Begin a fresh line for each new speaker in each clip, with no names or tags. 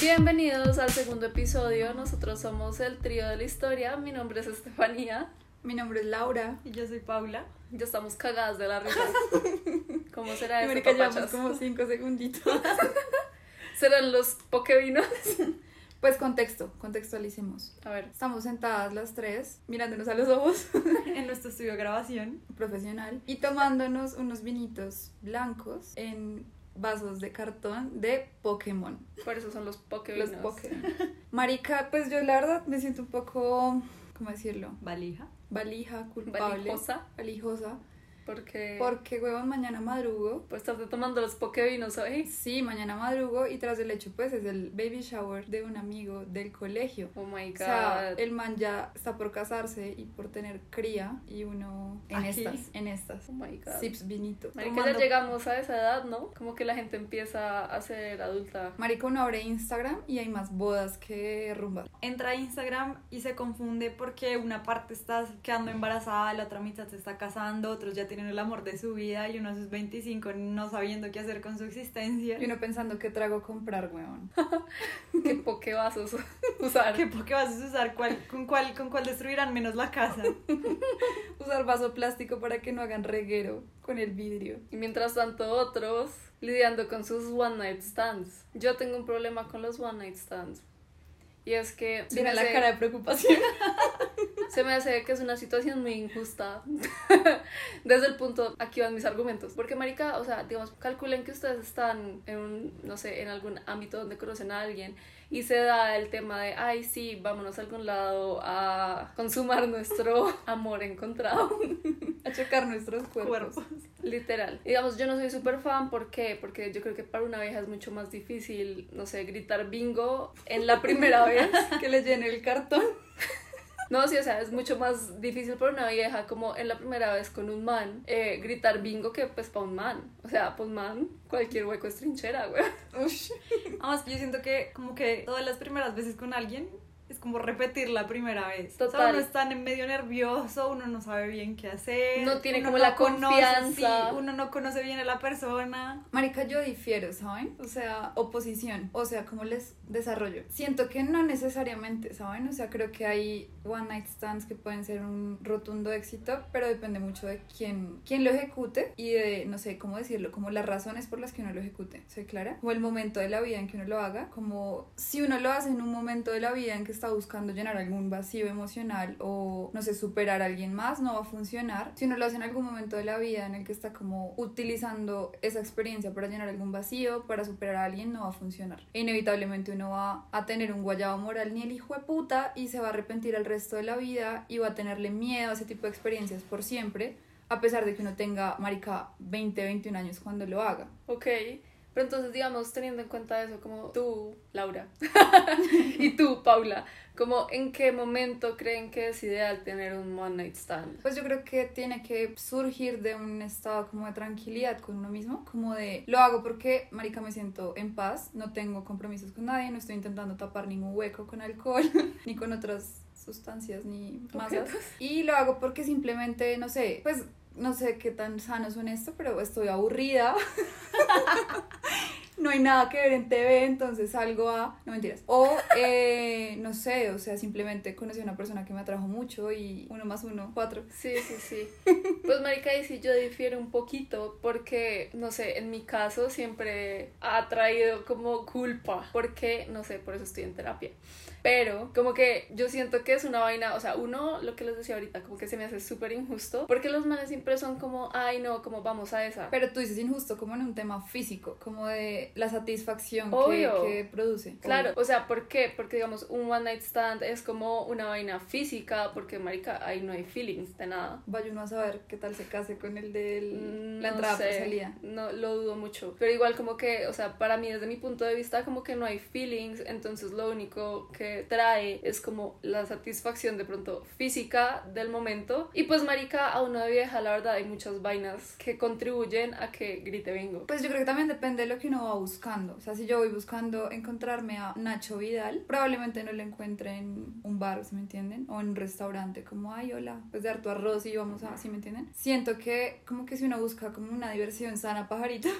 bienvenidos al segundo episodio. Nosotros somos el trío de la historia. Mi nombre es Estefanía.
Mi nombre es Laura.
Y yo soy Paula.
Ya estamos cagadas de la risa. ¿Cómo será
Me
eso,
callamos
papachas?
como cinco segunditos.
¿Serán los pokevinos?
Pues contexto, contextualicemos.
A ver,
Estamos sentadas las tres, mirándonos a los ojos,
En nuestro estudio de grabación.
profesional, y tomándonos unos vinitos blancos en vasos de cartón de Pokémon.
por eso son los pokevinos.
Los Pokémon. Marica, pues yo la verdad me siento un poco, ¿cómo decirlo?
Valija.
Valija, culpable.
Valijosa,
Valijosa.
porque
Porque, huevón, mañana madrugo.
por estarte tomando los pokevinos hoy.
Sí, mañana madrugo y tras el hecho, pues es el baby shower de un amigo del colegio.
Oh my
O sea,
god.
el man ya está por casarse y por tener cría y uno en
Aquí.
estas, en estas.
Oh my god.
Sips vinito.
Marica, ya
tomando-
llegamos a esa edad, ¿no? Como que la gente empieza a ser adulta.
Marica, uno abre Instagram y hay más bodas que rumbas.
Entra a Instagram y se confunde porque una parte está quedando embarazada, la otra mitad se está casando, otros ya tienen el amor de su vida y uno a sus 25 no sabiendo qué hacer con su existencia.
Y uno pensando qué trago comprar, weón.
Qué pokevasos usar.
¿Qué poke vas a usar? ¿Cuál- con, cuál, ¿Con cuál destruirán menos la casa?
Usar vaso plástico para que no hagan reguero con el vidrio.
Y mientras tanto otros lidiando con sus one night stands. Yo tengo un problema con los one night stands. Y es que se me,
Mira la
hace,
cara de preocupación.
se me hace que es una situación muy injusta. Desde el punto, aquí van mis argumentos. Porque, Marica, o sea, digamos, calculen que ustedes están en un, no sé, en algún ámbito donde conocen a alguien y se da el tema de, ay, sí, vámonos a algún lado a consumar nuestro amor encontrado.
A chocar nuestros cuerpos.
Cuerpos.
Literal. Y digamos, yo no soy súper fan, ¿por qué? Porque yo creo que para una vieja es mucho más difícil, no sé, gritar bingo en la primera vez.
Que le llene el cartón.
No, sí, o sea, es mucho más difícil para una vieja como en la primera vez con un man eh, gritar bingo que pues para un man. O sea, para un man cualquier hueco es trinchera, güey.
Ush.
Además que yo siento que como que todas las primeras veces con alguien es como repetir la primera vez. O sea,
Total.
uno está en medio nervioso, uno no sabe bien qué hacer.
No tiene
uno
como la confianza.
sí, uno no conoce bien a la persona.
Marica, yo difiero, ¿saben? O sea, oposición, o sea, ¿cómo les desarrollo? Siento que no necesariamente, ¿saben? O sea, creo que hay one night stands que pueden ser un rotundo éxito, pero depende mucho de quién, quién lo ejecute y de, no sé, cómo decirlo, como las razones por las que uno lo ejecute, ¿soy clara? Como el momento de la vida en que uno lo haga, como si uno lo hace en un momento de la vida en que está buscando llenar algún vacío emocional o, no sé, superar a alguien más, no va a funcionar. Si uno lo hace en algún momento de la vida en el que está como utilizando esa experiencia para llenar algún vacío, para superar a alguien, no va a funcionar. E inevitablemente uno va a tener un guayabo moral ni el hijo de puta y se va a arrepentir el resto de la vida y va a tenerle miedo a ese tipo de experiencias por siempre, a pesar de que uno tenga, marica, 20, 21 años cuando lo haga.
Ok. Pero entonces, digamos, teniendo en cuenta eso, como tú, Laura, y tú, Paula, como en qué momento creen que es ideal tener un one night stand.
Pues yo creo que tiene que surgir de un estado como de tranquilidad con uno mismo, como de lo hago porque, marica, me siento en paz, no tengo compromisos con nadie, no estoy intentando tapar ningún hueco con alcohol, ni con otras sustancias, ni masas. Y lo hago porque simplemente, no sé, pues no sé qué tan sano son esto, pero estoy aburrida. No hay nada que ver en TV, entonces salgo a... No mentiras. O, eh, no sé, o sea, simplemente conocí a una persona que me atrajo mucho y uno más uno, cuatro.
Sí, sí, sí. Pues marica, y si yo difiero un poquito porque, no sé, en mi caso siempre ha traído como culpa, porque, no sé, por eso estoy en terapia. Pero como que yo siento que es una vaina, o sea, uno, lo que les decía ahorita, como que se me hace súper injusto, porque los manes siempre son como, ay no, como vamos a esa.
Pero tú dices injusto, como en un tema físico, como de la satisfacción que-
Obvio.
Que, produce.
Claro, o sea, ¿por qué? Porque digamos, un one night stand es como una vaina física, porque marica, ahí no hay feelings de nada.
Vaya uno a saber qué tal se case con el de
Mm,
la
no
entrada por
sé,
salida.
No, lo dudo mucho. Pero igual como que, o sea, para mí desde mi punto de vista como que no hay feelings, entonces lo único que trae es como la satisfacción de pronto física del momento. Y pues marica, a uno de vieja, la verdad, hay muchas vainas que contribuyen a que grite bingo.
Pues yo creo que también depende de lo que uno va buscando. O sea, si yo voy buscando encontrarme a Nacho Vidal, probablemente no lo encuentre en un bar, ¿sí me entienden? O en un restaurante, como, ay, hola, pues de harto arroz y vamos a, ¿sí me entienden? Siento que como que si uno busca como una diversión sana, pajaritos,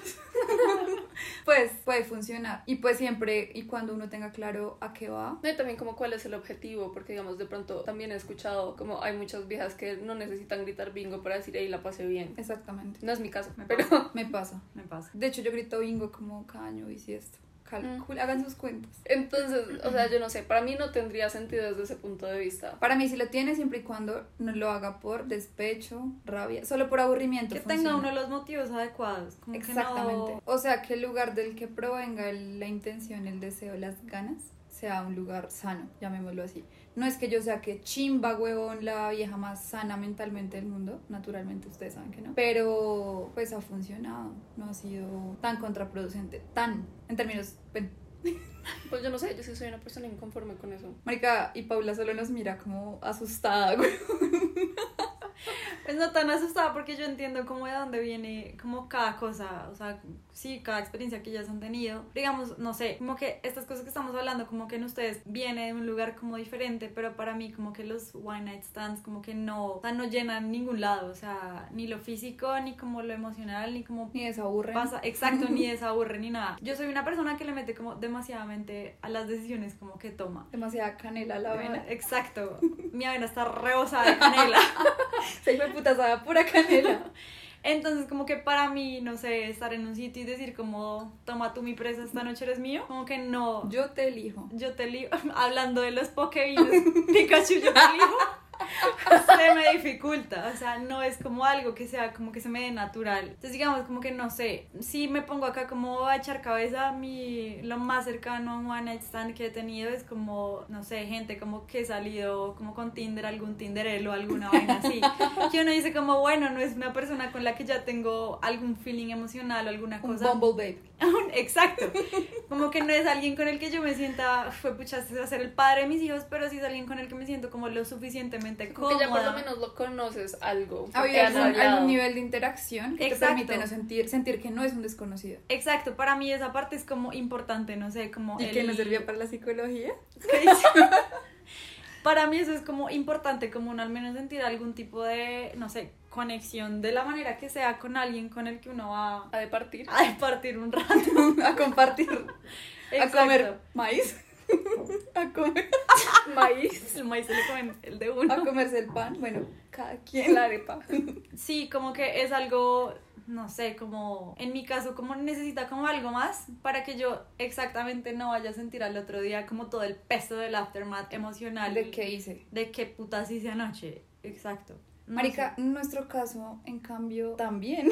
pues puede funcionar. Y pues siempre y cuando uno tenga claro a qué va.
No, y también como cuál es el objetivo, porque digamos, de pronto también he escuchado como hay muchas viejas que no necesitan gritar bingo para decir, ahí la pasé bien.
Exactamente.
No es mi caso,
Me
pero...
Me pasa.
Me pasa.
De hecho, yo grito bingo como cada año y si esto. Calcul Hagan sus cuentas.
Entonces, o sea, yo no sé, para mí no tendría sentido desde ese punto de vista.
Para mí, si lo tiene, siempre y cuando no lo haga por despecho, rabia, solo por aburrimiento.
Que tenga
funciona.
uno los motivos adecuados. Como
Exactamente.
Que no...
O sea, que el lugar del que provenga el- la intención, el deseo, las ganas, sea un lugar sano, llamémoslo así. No es que yo sea que chimba, huevón, la vieja más sana mentalmente del mundo. Naturalmente, ustedes saben que no. Pero, pues ha funcionado. No ha sido tan contraproducente. Tan, en términos. ven,
Pues yo no sé, yo sí soy una persona inconforme con eso.
Marica y Paula solo nos mira como asustada, güey.
Pues no tan asustada porque yo entiendo cómo de dónde viene como cada cosa, o sea, sí, cada experiencia que ellas han tenido. Digamos, no sé, como que estas cosas que estamos hablando, como que en ustedes viene de un lugar como diferente, pero para mí como que los one night stands como que no, o sea, no llenan ningún lado, o sea, ni lo físico, ni como lo emocional, ni como
Ni desaburre.
pasa, exacto, ni desaburre, ni nada. Yo soy una persona que le mete como demasiadamente a las decisiones como que toma.
Demasiada canela a la avena.
Exacto. Mi avena está rebosada de canela.
Se fue putasada pura canela.
Entonces, como que para mí, no sé, estar en un sitio y decir como, toma tú mi presa, esta noche eres mío, como que no. Yo,
Yo te elijo.
te elijo, hablando de los pokevinos, Pikachu, yo te elijo. se me dificulta, o sea, no es como algo que sea como que se me dé natural. Entonces, digamos, como que no sé, si me pongo acá como a echar cabeza, mi, lo más cercano a un one night stand que he tenido es como, no sé, gente como que he salido como con Tinder, algún Tinderelo, alguna vaina así. Que uno dice como, bueno, no es una persona con la que ya tengo algún feeling emocional o alguna
Un
cosa.
bumble babe.
Aún, Exacto. Como que no es alguien con el que yo me sienta, fue pucha, este va a ser el padre de mis hijos, pero sí es alguien con el que me siento como lo suficientemente
Como que ya por lo
cómoda.
menos lo conoces algo.
Ha
porque
habido
has
algún,
hablado.
algún nivel de interacción que
Exacto.
te permite no sentir, sentir que no es un desconocido.
Exacto, para mí esa parte es como importante, no sé, como
Y
el-
que nos servía para la psicología.
¿qué dice? Para mí eso es como importante, como uno al menos sentir algún tipo de, no sé, conexión de la manera que sea con alguien con el que uno va
Ha de partir.
a partir un rato.
a compartir,
Exacto.
a comer maíz, a, comer,
Maíz.
El maíz se lo comen el de
a
uno.
comerse el pan. Bueno, cada quien.
La arepa.
Sí, como que es algo, no sé, como en mi caso, como necesita como algo más para que yo exactamente no vaya a sentir al otro día como todo el peso del aftermath emocional.
¿De qué hice?
de qué putas hice anoche. Exacto. No
Marica, en nuestro caso, en cambio, también.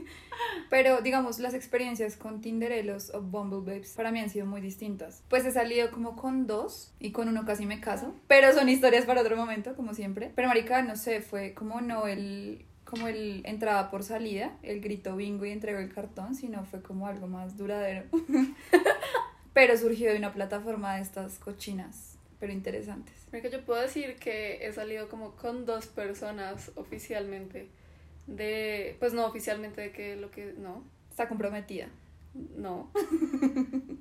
Pero, digamos, las experiencias con Tinderelos o Bumble Babes para mí han sido muy distintas. Pues he salido como con dos y con uno casi me caso. Pero son historias para otro momento, como siempre. Pero, Marica, no sé, fue como no el como el entrada por salida, el grito bingo y entregó el cartón, sino fue como algo más duradero. pero surgió de una plataforma de estas cochinas, pero interesantes.
Marica, yo puedo decir que he salido como con dos personas oficialmente. De. Pues no oficialmente, de que lo que. No.
Está comprometida.
No.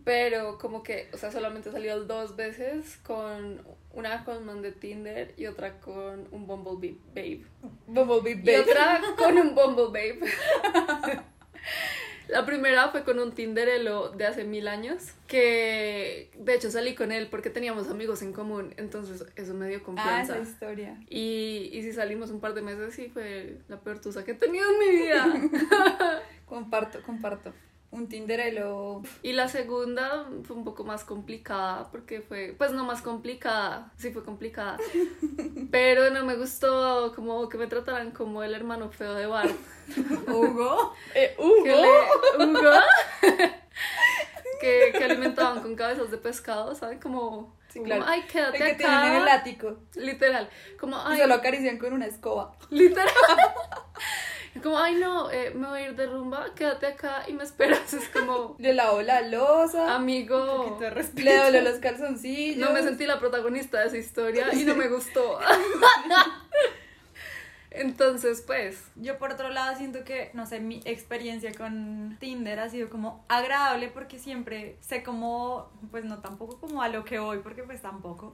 Pero como que, o sea, solamente he salido dos veces con una con man de Tinder y otra con un Bumblebee Babe.
Bumblebee
Y
Babe.
otra con un Bumblebee Babe. La primera fue con un Tinderelo de hace mil años, que de hecho salí con él porque teníamos amigos en común, entonces eso me dio
Ah, esa
confianza.
historia.
y, y si salimos un par de meses, sí fue la peor tusa que he tenido en mi vida.
Comparto, comparto. Un Tinderelo.
Y la segunda fue un poco más complicada porque fue, pues no más complicada, sí fue complicada, pero no me gustó como que me trataran como el hermano feo de Bart.
Hugo.
Que, le- Hugo, que, que alimentaban con cabezas de pescado, ¿saben? Como, como,
claro.
ay,
El
quédate
que tienen en el
uh, ah, acá.
ático.
Literal, como,
Y
ay,
se lo acarician con una escoba.
literal. Como, ay, no, eh, me voy a ir de rumba, quédate acá y me esperas. Es como,
Le lavó la losa.
Ah, amigo,
Le dobló los calzoncillos.
No me sentí la protagonista de esa historia y no me gustó. Entonces, pues,
Yo por otro lado siento que, no sé, mi experiencia con Tinder ha sido como agradable porque siempre sé como, pues no tampoco como a lo que voy, porque pues tampoco.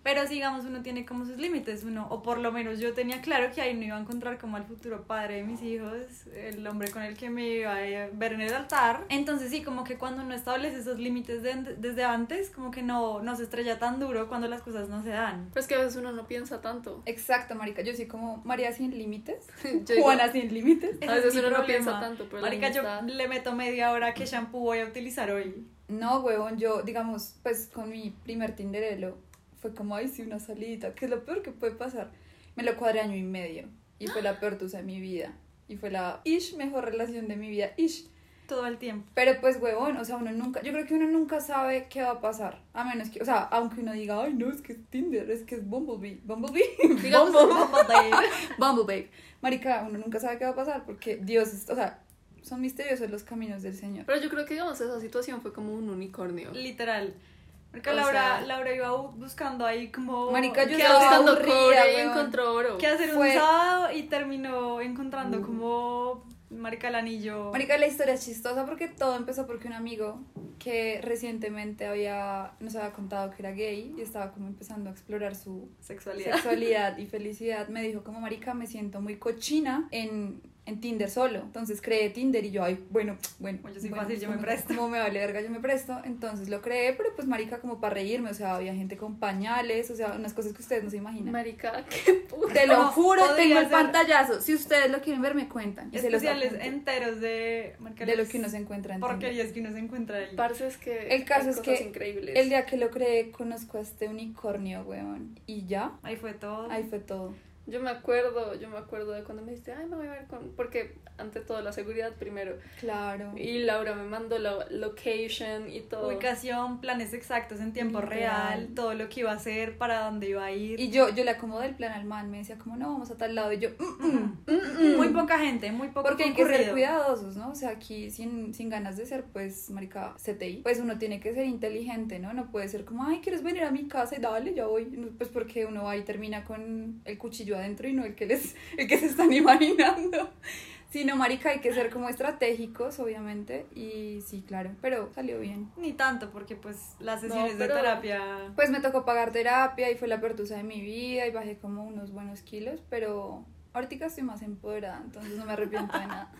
Pero si, digamos, uno tiene como sus límites, uno, o por lo menos yo tenía claro que ahí no iba a encontrar como al futuro padre de mis hijos, el hombre con el que me iba a ver en el altar. Entonces sí, como que cuando uno establece esos límites de- desde antes, como que no, no se estrella tan duro cuando las cosas no se dan.
Pues que a veces uno no piensa tanto.
Exacto, marica. Yo soy como María sin límites.
Yo digo,
Juana sin límites.
Ese
a
es
veces
mi
uno no
problema.
piensa tanto, pero la
Marica, yo
amistad-
le meto media hora qué shampoo voy a utilizar hoy.
No, huevón, yo, digamos, pues con mi primer tinderelo fue como, ay, sí, una salidita, que es lo peor que puede pasar. Me lo cuadré año y medio y fue la peor tusa de mi vida. Y fue la ish mejor relación de mi vida, ish.
Todo el tiempo.
Pero pues, huevón, o sea, uno nunca, yo creo que uno nunca sabe qué va a pasar. A menos que, o sea, aunque uno diga, ay, no, es que es Tinder, es que es Bumblebee. ¿Bumblebee?
Digamos,
Bumblebee. Marica, uno nunca sabe qué va a pasar porque Dios, es- o sea, son misteriosos los caminos del Señor.
pero yo creo que digamos esa situación fue como un unicornio.
Literal. Porque
O
Laura,
sea-
Laura iba bu- buscando ahí como...
Marica, yo
¿qué
estaba
hacer-
buscando
aburrida,
cobre y
weón.
encontró oro.
qué hacer
Fue- Mm.
un sábado y terminó encontrando como marca el anillo.
Marica, la historia es chistosa porque todo empezó porque un amigo que recientemente había, nos había contado que era gay y estaba como empezando a explorar su
Sexualidad.
sexualidad y felicidad, me dijo como, marica, me siento muy cochina en, en Tinder solo. Entonces creé Tinder y yo, ay, bueno, bueno.
Bueno, yo soy
bueno,
fácil, yo me
como-
presto.
Como me vale verga, yo me presto. Entonces lo creé, pero pues marica, como para reírme, o sea, había gente con pañales, o sea, unas cosas que ustedes no se imaginan.
Marica, qué puta.
Te lo
No,
juro,
podría
tengo el
ser.
pantallazo. Si ustedes lo quieren ver, me cuentan. Y se los
Especiales
apunto.
enteros de marca
de lo que uno se encuentra en Tinder.
Porquerías que uno se encuentra ahí.
Parce, es que
El caso
hay
es
cosas
que
increíbles.
El día que lo creé, conozco a este unicornio, weón. Y ya,
Ahí fue todo.
ahí fue todo.
Yo me acuerdo, yo me acuerdo de cuando me dijiste, ay, me voy a ver con... Porque ante todo, la seguridad primero.
Claro.
Y Laura me mandó la location y todo.
Ubicación, planes exactos en tiempo
Literal.
real, todo lo que iba a hacer, para dónde iba a ir.
Y yo, yo le acomodé el plan al man, me decía como, no, vamos a tal lado. Y yo, "Mm, mm".
Muy poca gente, muy poco
porque hay que ser
concurrido.
cuidadosos, ¿no? O sea, aquí sin, sin ganas de ser, pues, marica, CTI. Pues uno tiene que ser inteligente, ¿no? No puede ser como, ay, ¿quieres venir a mi casa? Y dale, ya voy. No, Pues porque uno va y termina con el cuchillo adentro y no el que, les, el que se están imaginando. Sino, marica, hay que ser como estratégicos, obviamente. Y sí, claro, pero salió bien.
Ni tanto, porque pues las
No,
sesiones
pero-
de terapia...
Pues me tocó pagar terapia y fue la pertusa de mi vida y bajé como unos buenos kilos, pero ahorita estoy más empoderada, entonces no me arrepiento de nada.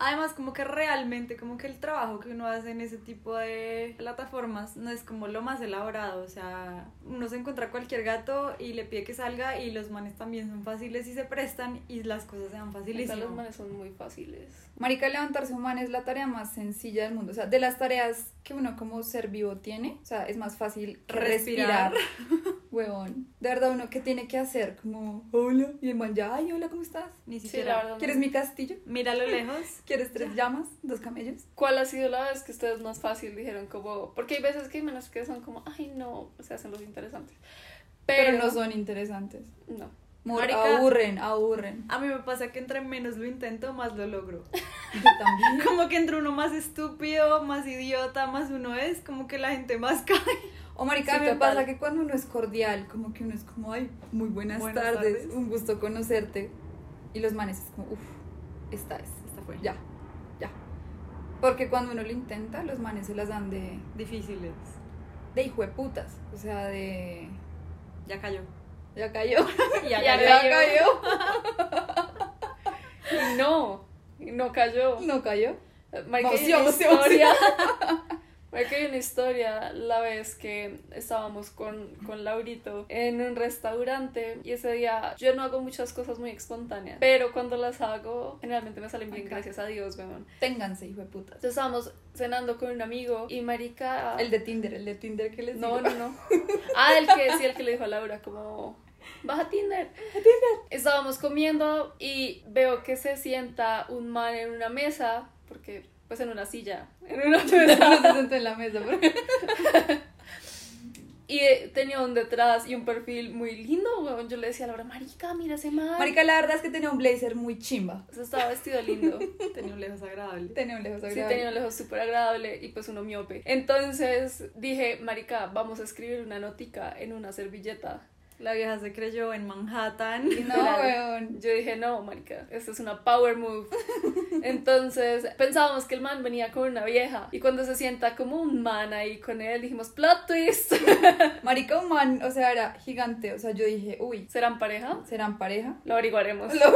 Además, como que realmente, como que el trabajo que uno hace en ese tipo de plataformas no es como lo más elaborado. O sea, uno se encuentra cualquier gato y le pide que salga y los manes también son fáciles y se prestan y las cosas se dan
Acá los
facilísimo.
manes son muy fáciles.
Marica, levantarse humana es la tarea más sencilla del mundo. O sea, de las tareas que uno como ser vivo tiene, o sea, es más fácil que respirar.
Respirar.
Huevón. De verdad, uno que tiene que hacer como, hola, y el man ya, ay, hola, ¿cómo estás?
Ni
Sí, la
siquiera.
verdad. no.
¿Quieres mi castillo?
Mira a lo lejos.
¿Quieres tres llamas? ¿Dos camellos?
¿Cuál ha sido la vez que ustedes más fácil dijeron como... Porque hay veces que hay menos que son como, ay, no, se hacen los interesantes. Pero,
Pero, no son interesantes.
No.
Mor-
Marica-
aburren, aburren.
A mí me pasa que entre menos lo intento, más lo logro.
Yo también.
Como que entre uno más estúpido, más idiota, más uno es, como que la gente más cae.
O Oh, marica, a
Sí,
mí me
total.
pasa que cuando uno es cordial, como que uno es como, ay, muy buenas,
Buenas
tardes,
tardes.
un gusto conocerte. Y los manes es como, uff, esta es,
Esta fue.
ya, ya. Porque cuando uno lo intenta, los manes se las dan de,
Difíciles.
de hijo de putas. O sea, de...
Ya cayó.
Ya cayó.
Ya
cayó.
cayó. Y no, y no cayó.
No cayó.
Marica, hay una
Vamos, sí, vamos, sí,
historia. Marica, hay una historia la vez que estábamos con, con Laurito en un restaurante y ese día yo no hago muchas cosas muy espontáneas, pero cuando las hago generalmente me salen bien,
Acá.
gracias a Dios, weón.
Ténganse, hijo de putas.
Entonces estábamos cenando con un amigo y Marica...
El de Tinder, el de Tinder que les
No,
digo.
no, no. Ah, el que sí, el que le dijo a Laura, como, baja Tinder. Estábamos comiendo y veo que se sienta un man en una mesa, porque, pues en una silla, en una mesa.
No se sentó en la mesa. porque-
Y eh, tenía un detrás y un perfil muy lindo, weón. Yo le decía a Laura, marica, mira ese man.
Marica, la verdad es que tenía un blazer muy chimba.
O sea, estaba vestido lindo.
Tenía un lejos agradable.
Tenía un lejos
Sí,
agradable.
tenía un lejos súper agradable y pues uno miope. Entonces dije, marica, vamos a escribir una notica en una servilleta.
La vieja se creyó en Manhattan.
No,
Claro.
weón.
Yo dije, no, marica, esto es una power move. Entonces pensábamos que el man venía con una vieja. Y cuando se sienta como un man ahí con él, dijimos, plot twist.
Marica, un man, o sea, era gigante. O sea, yo dije, uy,
¿Serán pareja?
¿serán pareja?
Lo averiguaremos.
Lo-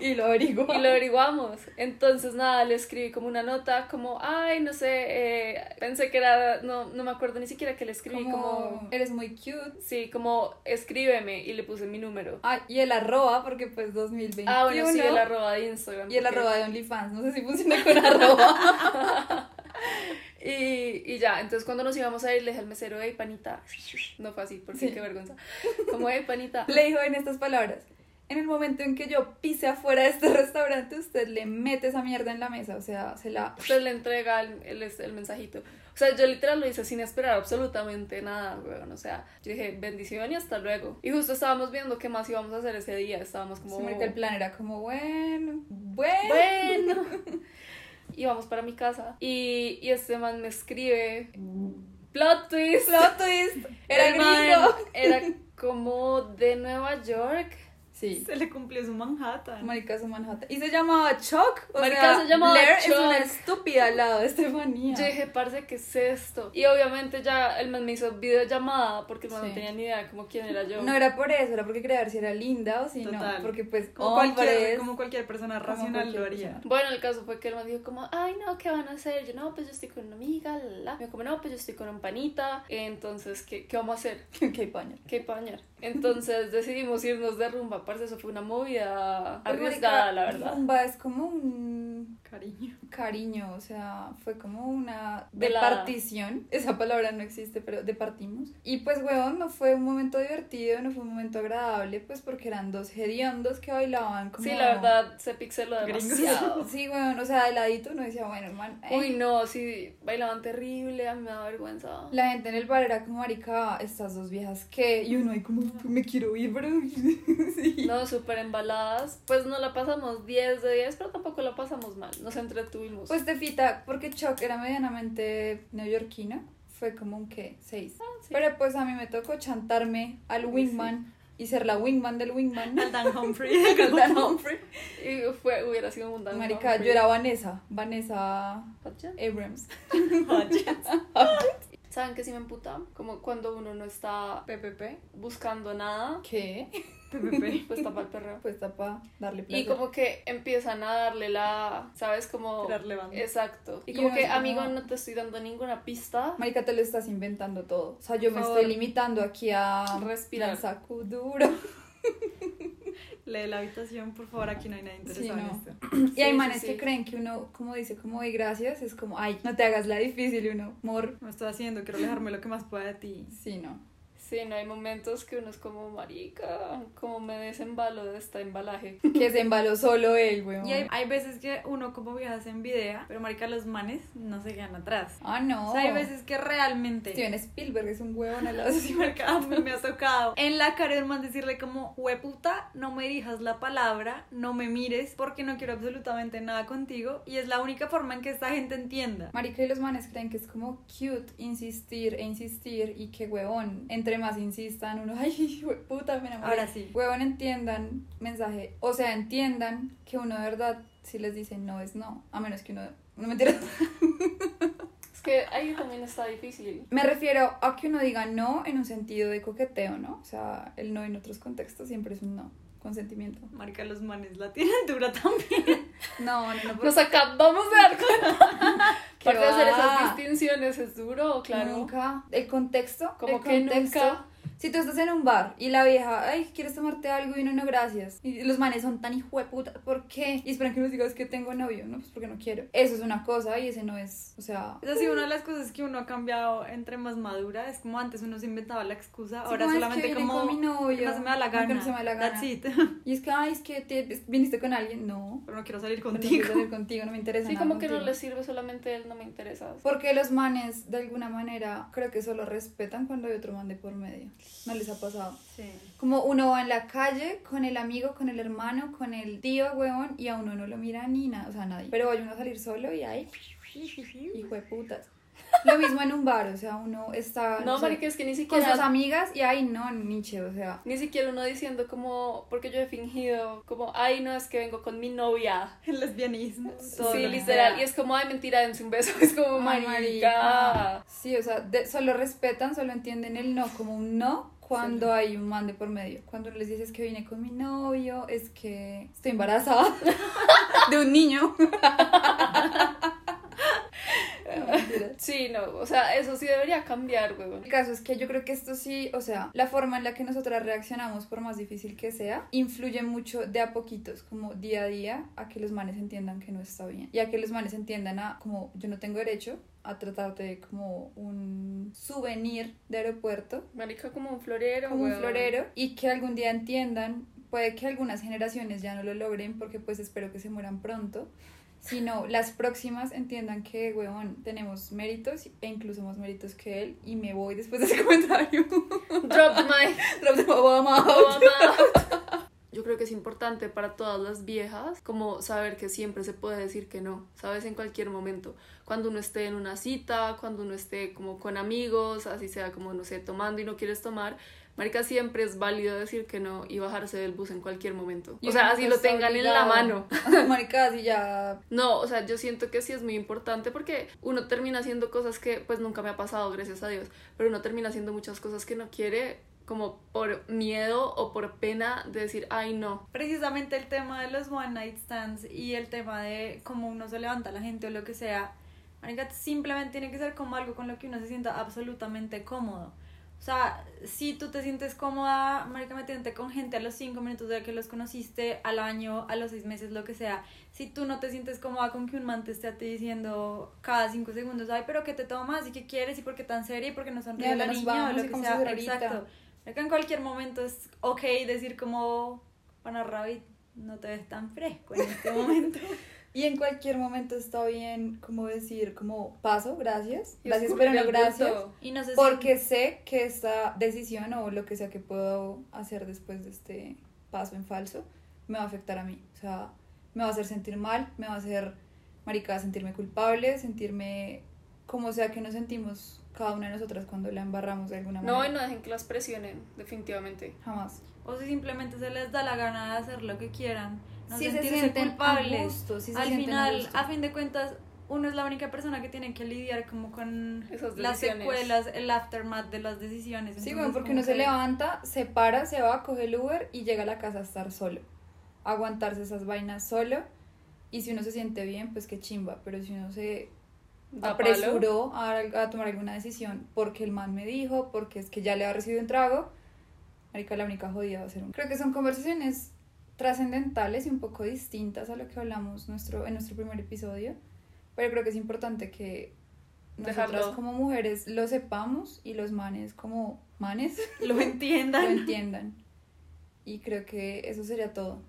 y lo averiguó.
Y lo averiguamos. Entonces, nada, le escribí como una nota, como, ay, no sé, eh, pensé que era, no, no me acuerdo ni siquiera que le escribí, como,
como, eres muy cute.
sí, como, escríbeme y le puse mi número.
Ah, y el arroba, porque pues 2021.
Ah, bueno, sí, el arroba de Instagram.
Y el
porque-
arroba de OnlyFans. No sé si funciona con arroba.
Y, y ya, entonces cuando nos íbamos a ir, le dije al mesero, hey, panita. No fue así, porque
Sí.
qué vergüenza. Como, hey, panita.
Le dijo en estas palabras. En el momento en que yo pise afuera de este restaurante, usted le mete esa mierda en la mesa. O sea, se la...
Entonces le entrega el, el- el mensajito. O sea, yo literal lo hice sin esperar absolutamente nada, weón. O sea, yo dije, bendición y hasta luego. Y justo estábamos viendo qué más íbamos a hacer ese día. Estábamos como,
Sí, marica, el plan era como, bueno, bueno.
bueno. Y vamos para mi casa. Y, y este man me escribe, plot twist.
Plot twist. Era
El man
gringo.
Era como de Nueva York.
Sí.
Se le cumplió su Manhattan.
Marica su Manhattan. Y se llamaba Chuck. O
Marica,
sea,
se llamaba
Blair
Chuck.
es una estúpida al lado de Estefanía.
Yo dije, parce, ¿qué es esto? Y obviamente ya el man me hizo videollamada porque el man no
Sí.
tenía ni idea como quién era yo.
No era por eso, era porque quería ver si era linda o si
Total.
no. Porque pues
Como,
hombres,
cualquier, como cualquier persona
como
racional
cualquier
lo haría.
persona.
Bueno, el caso fue que el man dijo como, ay, no, ¿qué van a hacer? Yo, no, pues yo estoy con una amiga, la, la, la. Me dijo como, no, pues yo estoy con un panita, entonces, ¿qué, qué vamos a hacer?
Qué paño.
¿Qué pañar? Entonces decidimos irnos de rumba, parce, eso fue una movida
Pues,
arriesgada,
marica,
la verdad.
Rumba es como un
Cariño.
cariño, o sea, fue como una
De la-
departición. Esa palabra no existe, pero departimos. Y pues, weón, no fue un momento divertido, no fue un momento agradable, pues porque eran dos hediondos que bailaban como...
Sí, la verdad, se pixeló
Gringos.
demasiado.
Sí, weón, o sea, de ladito uno decía, bueno, hermano. eh.
Uy, no, sí, bailaban terrible, a mí me da vergüenza.
La gente en el bar era como, marica, estas dos viejas que... Y uno ahí como, me quiero ir, pero... sí.
No, súper embaladas. Pues no la pasamos 10 de 10, pero tampoco la pasamos mal. Nos entretuvimos.
Pues Tefita, porque Chuck era medianamente neoyorquino, fue como un qué, seis.
Ah, sí.
Pero pues a mí me tocó chantarme al wingman y ser la wingman del wingman.
Al Dan Humphrey.
Al Dan Humphrey.
y fue, hubiera sido un Pues Dan
Marica,
Humphrey.
yo era Vanessa, Vanessa
Hudgens.
Abrams.
¿Saben que sí me emputa? Como cuando uno no está
PPP.
buscando nada,
¿Qué?
PPP.
pues tapa el perreo.
Pues está para darle
Y
placer.
como que empiezan a darle la, ¿sabes? Como...
Darle banda.
Exacto. Y
Y
como
uno
que,
es como- "Ah".
amigo, no te estoy dando ninguna pista.
Marica, te lo estás inventando todo. O sea, yo
Por
me
favor.
estoy limitando aquí a
Respirar.
Danza Kuduro.
Lee la habitación, por favor, aquí no hay nadie interesado
Sí, no.
en esto.
Sí,
Y hay manes
sí, sí.
que creen que uno, como dice, como de gracias, es como, ay, no te hagas la difícil, y uno, mor.
No estoy haciendo, quiero alejarme lo que más pueda de ti.
Sí, no.
Sí, no hay momentos que uno es como, marica, como me desembalo de este embalaje.
Que se embaló solo él, weón.
Y hay, hay veces que uno como viaja se envidia, pero marica, los manes no se quedan atrás.
Ah, no.
O sea, hay veces que realmente...
Steven Spielberg es un huevón al lado
Así,
de
marica, a mí me ha tocado en la cara hermano decirle como hueputa no me dirijas la palabra no me mires porque no quiero absolutamente nada contigo y es la única forma en que esta gente entienda
Marica y los manes creen que es como cute insistir e insistir y que huevón, entre más insistan, uno, ay, hue- puta, me enamoré.
ahora sí
Huevón, entiendan mensaje, o sea, entiendan que uno de verdad, si les dicen no es no, a menos que uno, no mentira.
Es que ahí también está difícil.
Me refiero a que uno diga no en un sentido de coqueteo, ¿no? O sea, el no en otros contextos siempre es un no, consentimiento.
marica los manes la tienen dura también
No, no, no,
Nos acabamos de dar cuenta.
¿Qué
Aparte de hacer
va?
esas distinciones es duro, claro.
Nunca. El contexto.
Como
el
que
contexto.
nunca.
Si tú estás en un bar y la vieja, ay, ¿quieres tomarte algo? Y uno, no, gracias. Y los manes son tan hijo de puta, ¿por qué? Y esperan que uno diga, es que tengo novio, ¿no? Pues porque no quiero. Eso es una cosa y ese no es, o sea...
es así una de las cosas que uno ha cambiado entre más madura es como antes uno se inventaba la excusa ahora
"No, es que
solamente
vine
como
con mi novio,
no se me da
como
la
que
gana
no se me da la
that's
gana".
it
Y es que, ay, es que te, es- viniste con alguien. No.
pero no quiero salir
pero No quiero
contigo
salir contigo, no me interesa
Sí,
nada
como que no
contigo.
le sirve solamente él, no me interesa.
Porque los manes, de alguna manera, creo que solo respetan cuando hay otro man de por medio. No les ha pasado.
sí
Como uno va en la calle con el amigo, con el hermano, con el tío, huevón, y a uno no lo mira ni nada, o sea, nadie. Pero vaya uno a salir solo y ahí, hijo de putas. Lo mismo en un bar, o sea, uno está
No,
o sea,
marica, es que ni
con
siquiera
sus amigas y ay, no, Nietzsche, o sea.
Ni siquiera uno diciendo como, porque yo he fingido, como, ay, no, es que vengo con mi novia.
El lesbianismo.
Todo
sí,
lo
literal.
sea.
Y es como, ay, mentira, dense un beso. Es como,
Ay,
marica.
marica. Sí, o sea, de- solo respetan, solo entienden el no como un no cuando hay un man de por medio. Cuando les dices que vine con mi novio, es que estoy embarazada de un niño. No, mentira.
Sí, no, o sea, eso sí debería cambiar, weón.
El caso es que yo creo que esto sí, o sea, la forma en la que nosotras reaccionamos, por más difícil que sea, influye mucho de a poquitos, como día a día, a que los manes entiendan que no está bien. Y a que los manes entiendan a, como, yo no tengo derecho a tratarte como un souvenir de aeropuerto,
Marica como un florero,
como un
weón.
florero, y que algún día entiendan, puede que algunas generaciones ya no lo logren, porque pues espero que se mueran pronto. Sino las próximas entiendan que, weón, tenemos méritos e incluso más méritos que él. Y me voy después de ese comentario.
Drop my
Drop the bomb out.
Obama. Yo creo que es importante para todas las viejas como saber que siempre se puede decir que no, ¿sabes? En cualquier momento. Cuando uno esté en una cita, cuando uno esté como con amigos, así sea como, no sé, tomando y no quieres tomar, marica, siempre es válido decir que no y bajarse del bus en cualquier momento.
Y
o sea,
uno
así
no
lo
está
tengan en la
obligado.
mano.
Marica, así ya.
No, o sea, yo siento que sí es muy importante porque uno termina haciendo cosas que pues nunca me ha pasado, gracias a Dios, pero uno termina haciendo muchas cosas que no quiere como por miedo o por pena de decir, ay no.
precisamente el tema de los one night stands y el tema de cómo uno se levanta a la gente o lo que sea, marica, simplemente tiene que ser como algo con lo que uno se sienta absolutamente cómodo. O sea, si tú te sientes cómoda, marica, metiéndote con gente a los cinco minutos de que los conociste, al año, a los seis meses, lo que sea. Si tú no te sientes cómoda con que un man te esté a ti diciendo cada cinco segundos, ay, pero ¿qué te tomas? ¿Y qué quieres? ¿Y por qué tan seria? ¿Y por qué no sonríe
Ya,
la
nos
niña?
vamos,
o
¿y
lo que
cómo se
sea.
hace ahorita?
Exacto. Marica, en cualquier momento es ok decir como, bueno, Rabbit, no te ves tan fresco en este momento.
Y en cualquier momento está bien, como decir, como paso, gracias.
Y
Gracias,
escurre
pero no
el
gracias.
bulto.
Y no sé si-
Porque sé que esta decisión o lo que sea que puedo hacer después de este paso en falso me va a afectar a mí. O sea, me va a hacer sentir mal, me va a hacer, marica, sentirme culpable, sentirme como sea que nos sentimos cada una de nosotras cuando la embarramos de alguna
No, y
manera.
no dejen que las presionen, definitivamente.
Jamás.
O si simplemente se les da la gana de hacer lo que quieran. No
si se
sentirse
sienten
culpables.
a gusto, si se
Al
sienten a
final,
gusto.
a fin de cuentas, uno es la única persona que tiene que lidiar como con
Esas
las
decisiones.
secuelas, el aftermath de las decisiones.
Sí,
Entonces,
bueno, porque
como
uno se
que-
levanta, se para, se va, coge el Uber y llega a la casa a estar solo. Aguantarse esas vainas solo. Y si uno se siente bien, pues qué chimba. Pero si uno se
Da palo.
apresuró a, a tomar alguna decisión porque el man me dijo, porque es que ya le ha recibido un trago, marica, la única jodida va a ser un... Creo que son conversaciones trascendentales y un poco distintas a lo que hablamos nuestro, en nuestro primer episodio. Pero creo que es importante que nosotras
Dejarlo.
como mujeres lo sepamos y los manes como manes
Lo
lo
entiendan.
entiendan. Y creo que eso sería todo.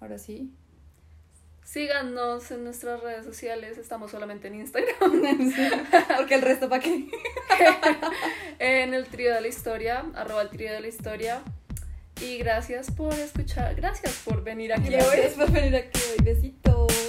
Ahora sí.
Síganos en nuestras redes sociales, estamos solamente en Instagram,
porque el resto para qué.
en el trío de la historia, arroba el trío de la historia. Y gracias por escuchar, gracias por venir aquí
Gracias
hoy.
por venir aquí hoy. Besitos.